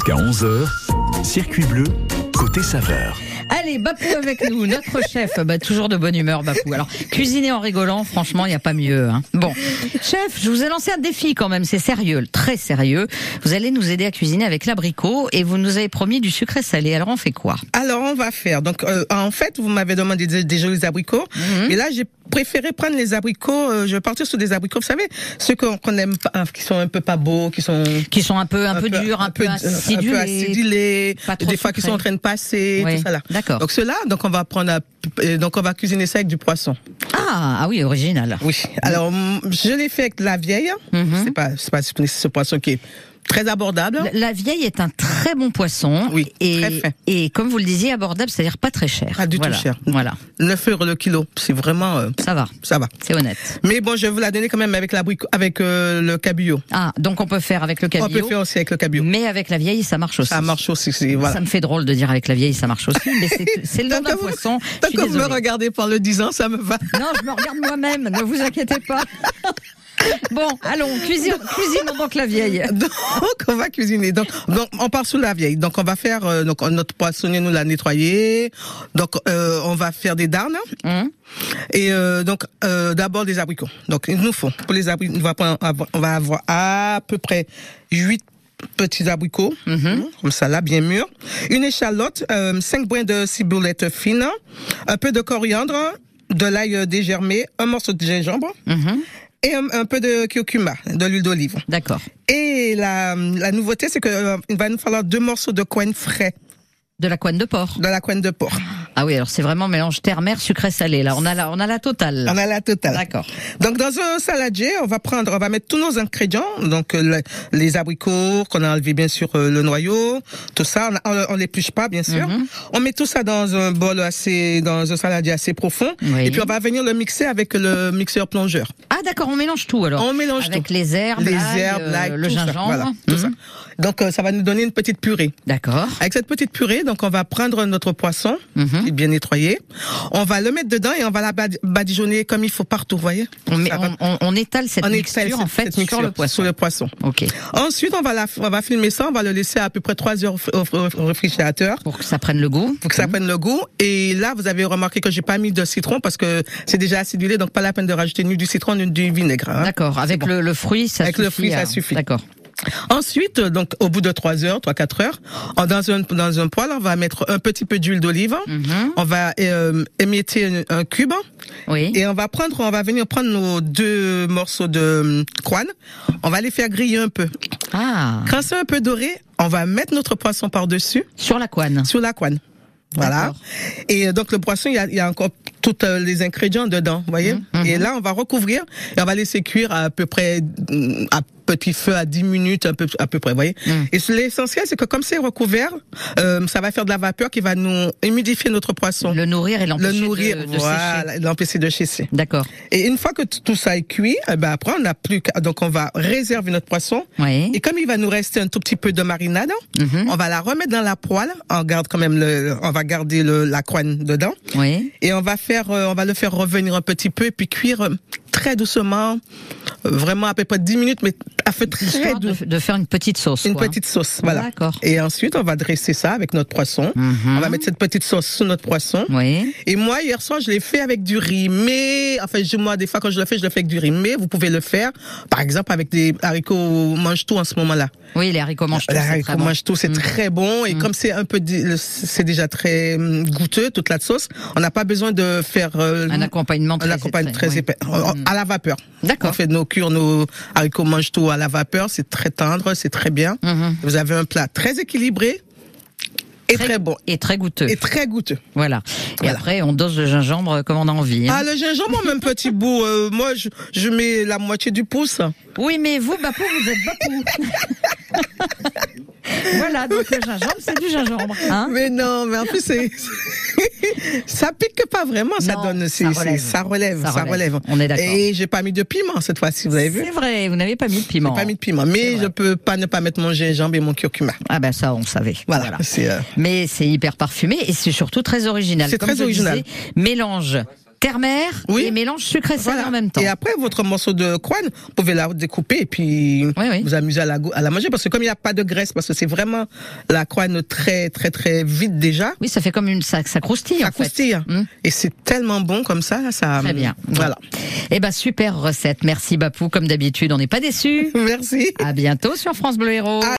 Jusqu'à 11h, circuit bleu, côté saveur. Allez, Bapou avec nous, notre chef. Bah, toujours de bonne humeur, Bapou. Alors, cuisiner en rigolant, franchement, il n'y a pas mieux. hein. Bon, chef, je vous ai lancé un défi quand même. C'est sérieux, très sérieux. Vous allez nous aider à cuisiner avec l'abricot et vous nous avez promis du sucré salé. Alors, on fait quoi Alors, on va faire. Donc, euh, en fait, vous m'avez demandé dé- déjà les abricots. Mhm. Et là, j'ai préféré prendre les abricots. euh, je vais partir sur des abricots, vous savez, ceux qu'on qu'on aime pas, hein, qui sont un peu pas beaux, qui sont Qui sont un peu, un, peu, durs, un, peu d- acidulés. un peu acidulés, pas trop des fois qui sucrés. sont en train de passer, Ouais. tout ça là. D'accord. Donc ceux-là, donc on va prendre, à- euh, donc on va cuisiner ça avec du poisson. Ah, ah oui, original. Oui. Alors, mm, je l'ai fait avec de la vieille. Mhm. C'est pas, c'est pas ce ce poisson qui est très abordable. La- La vieille est un très bon poisson. Oui, et, très fin. et comme vous le disiez, abordable, c'est-à-dire pas très cher. Pas du tout Voilà, cher. Voilà, 9 euros le kilo. C'est vraiment, euh, ça va. ça va. C'est honnête. Mais bon, je vais vous la donner quand même avec l'abricot, avec euh, le cabillaud. Ah, donc on peut faire avec le cabillaud. On peut faire aussi avec le cabillaud. Mais avec la vieille, ça marche aussi. Ça marche aussi, c'est- voilà. Ça me fait drôle de dire avec la vieille, ça marche aussi, mais c'est- c'est le nom Tant d'un que vous- poisson. Je Tant suis que vous me désolée. regardez par le disant, ça me va. Non, je me regarde moi-même, ne vous inquiétez pas. Bon, allons, cuisine, cuisinons donc la vieille. Donc, on va cuisiner. Donc, donc, on part sous la vieille. Donc, on va faire, euh, donc, notre poissonnier, nous l'a nettoyé. Donc, euh, on va faire des darnes. Hum, Et, euh, donc, euh, d'abord des abricots. Donc, il nous faut, pour les abricots, on va, prendre- on va avoir à peu près 8 petits abricots. Mhm. Comme ça, là, bien mûrs. Une échalote, euh, 5 brins de ciboulette fine. Un peu de coriandre. De l'ail euh, dégermé. Un morceau de gingembre. mhm, et un, un peu de curcuma, de l'huile d'olive. D'accord. Et la, la nouveauté, c'est que euh, il va nous falloir deux morceaux de coin frais De la couenne de porc. de la coin de porc. Ah oui, alors c'est vraiment mélange terre-mer, sucré-salé. Là, on a la, on a la totale. On a la totale. Ah. D'accord. Donc dans un saladier, on va prendre, on va mettre tous nos ingrédients, donc euh, le- les abricots qu'on a enlevé bien sûr euh, le noyau, tout ça, on, on, on l'épluche pas bien sûr. Mhm. On met tout ça dans un bol assez, dans un saladier assez profond, Oui. et puis on va venir le mixer avec le mixeur plongeur. Ah d'accord, on mélange tout alors. On mélange Avec tout. les herbes, les l'ail, herbes, euh, l'ail, le tout ça, gingembre. voilà, tout ça. Mhm. Donc euh, ça va nous donner une petite purée. D'accord. Avec cette petite purée, donc on va prendre notre poisson, Mhm. qui est bien nettoyé. On va le mettre dedans et on va la badi- badigeonner comme il faut partout, vous voyez On, met- Ça va- on- on- on étale cette on mixture étale en cette- fait cette sur mixture le poisson. sur le poisson. Ok. Ensuite, on va, la, on va filmer ça, on va le laisser à peu près 3 heures au fr- au fr- au réfrigérateur Pour que ça prenne le goût. pour que ça prenne le goût. Et là, vous avez remarqué que j'ai pas mis de citron parce que c'est déjà acidulé, donc pas la peine de rajouter ni du citron ni du vinaigre. hein. D'accord, avec le, le fruit, ça Avec suffit. le fruit, ça à- suffit. D'accord. Ensuite, euh, donc au bout de 3 heures, 3 4 heures, en- dans un dans un poêle, on va mettre un petit peu d'huile d'olive. Mhm. On va euh, émietter un, un cube Oui. et on va prendre, on va venir prendre nos deux morceaux de euh, croûne. On va les faire griller un peu. Ah, Quand c'est un peu doré, on va mettre notre poisson par-dessus sur la couane. sur la croûne. Voilà. D'accord. Et euh, donc le poisson, il y a, il y a encore tous euh, les ingrédients dedans, vous voyez. Et là, on va recouvrir et on va laisser cuire à peu près mm, à petit feu à 10 minutes un peu à peu près, vous voyez. Mhm. Et c'est- l'essentiel, c'est que comme c'est recouvert, euh, ça va faire de la vapeur qui va nous humidifier notre poisson, le, Le nourrir et l'empêcher nourrir, de, de sécher. voilà, et l'empêcher de chisser. D'accord. Et une fois que t- tout ça est cuit, eh ben après on n'a plus qu'à- donc on va réserver notre poisson. Oui. Et comme il va nous rester un tout petit peu de marinade, Mhm. on va la remettre dans la poêle. On garde quand même le, on va garder le, la croûne dedans. Oui. Et on va faire, euh, on va le faire revenir un petit peu et puis cuire euh, très doucement, euh, vraiment à peu près 10 minutes, mais à feu très Histoire doux. de, de faire une petite sauce. Une quoi. petite sauce, voilà. D'accord. Et ensuite, on va dresser ça avec notre poisson. Mhm. On va mettre cette petite sauce sous notre poisson. Oui. Et moi, hier soir, je l'ai fait avec du riz. Mais, enfin, je- moi, des fois, quand je le fais, je le fais avec du riz. Mais vous pouvez le faire, par exemple, avec des haricots mange-tout en ce moment-là. Oui, les haricots mangent tout. La c'est haricot très bon. Mm. mange tout, c'est très bon. Et comme c'est un peu, di- le- c'est déjà très hum, goûteux, toute la sauce, on n'a pas besoin de faire euh, Un accompagnement très un accompagnement épais, très, oui. Mm. épais. On- on- À la vapeur. D'accord. On fait nos cures, nos haricots mange tout à la vapeur. C'est très tendre, c'est très bien. Mhm. Vous avez un plat très équilibré et Très- très, bon. Et très goûteux. Et très goûteux. Voilà. Et Voilà. après, on dose le gingembre comme on a envie. hein. Ah, le gingembre, même petit bout. euh, moi, je, je mets la moitié du pouce. Hein? Oui, mais vous, Bapou, vous êtes Bapou. voilà, donc le gingembre, c'est du gingembre. Hein Mais non, mais en plus, c'est. ça pique pas vraiment, ça Non, ça donne. c'est- c'est- relève. ça relève. Ça Ça relève. relève. On est d'accord. Et j'ai pas mis de piment cette fois-ci, vous avez vu C'est vrai, vous n'avez pas mis de piment. Pas mis de piment. Mais je peux pas ne pas mettre mon gingembre et mon curcuma. Ah ben ça, on savait. Voilà. c'est, euh, Mais c'est hyper parfumé et c'est surtout très original. C'est Comme très je original. disais, mélange terre-mer Oui. et mélange sucré salé Voilà. en même temps. Et après, votre morceau de croûte, vous pouvez la découper et puis Oui, oui. vous amuser à la, go- à la manger. Parce que comme il n'y a pas de graisse, parce que c'est vraiment la croûte très, très, très vite déjà, Oui, ça fait comme une ça, ça croustille ça en fait. croustille. Hmm. Et c'est tellement bon comme ça, là, ça. Très bien. Voilà. Eh ben super recette. Merci Bapou comme d'habitude, on n'est pas déçus. Merci. à bientôt sur France Bleu Héros. À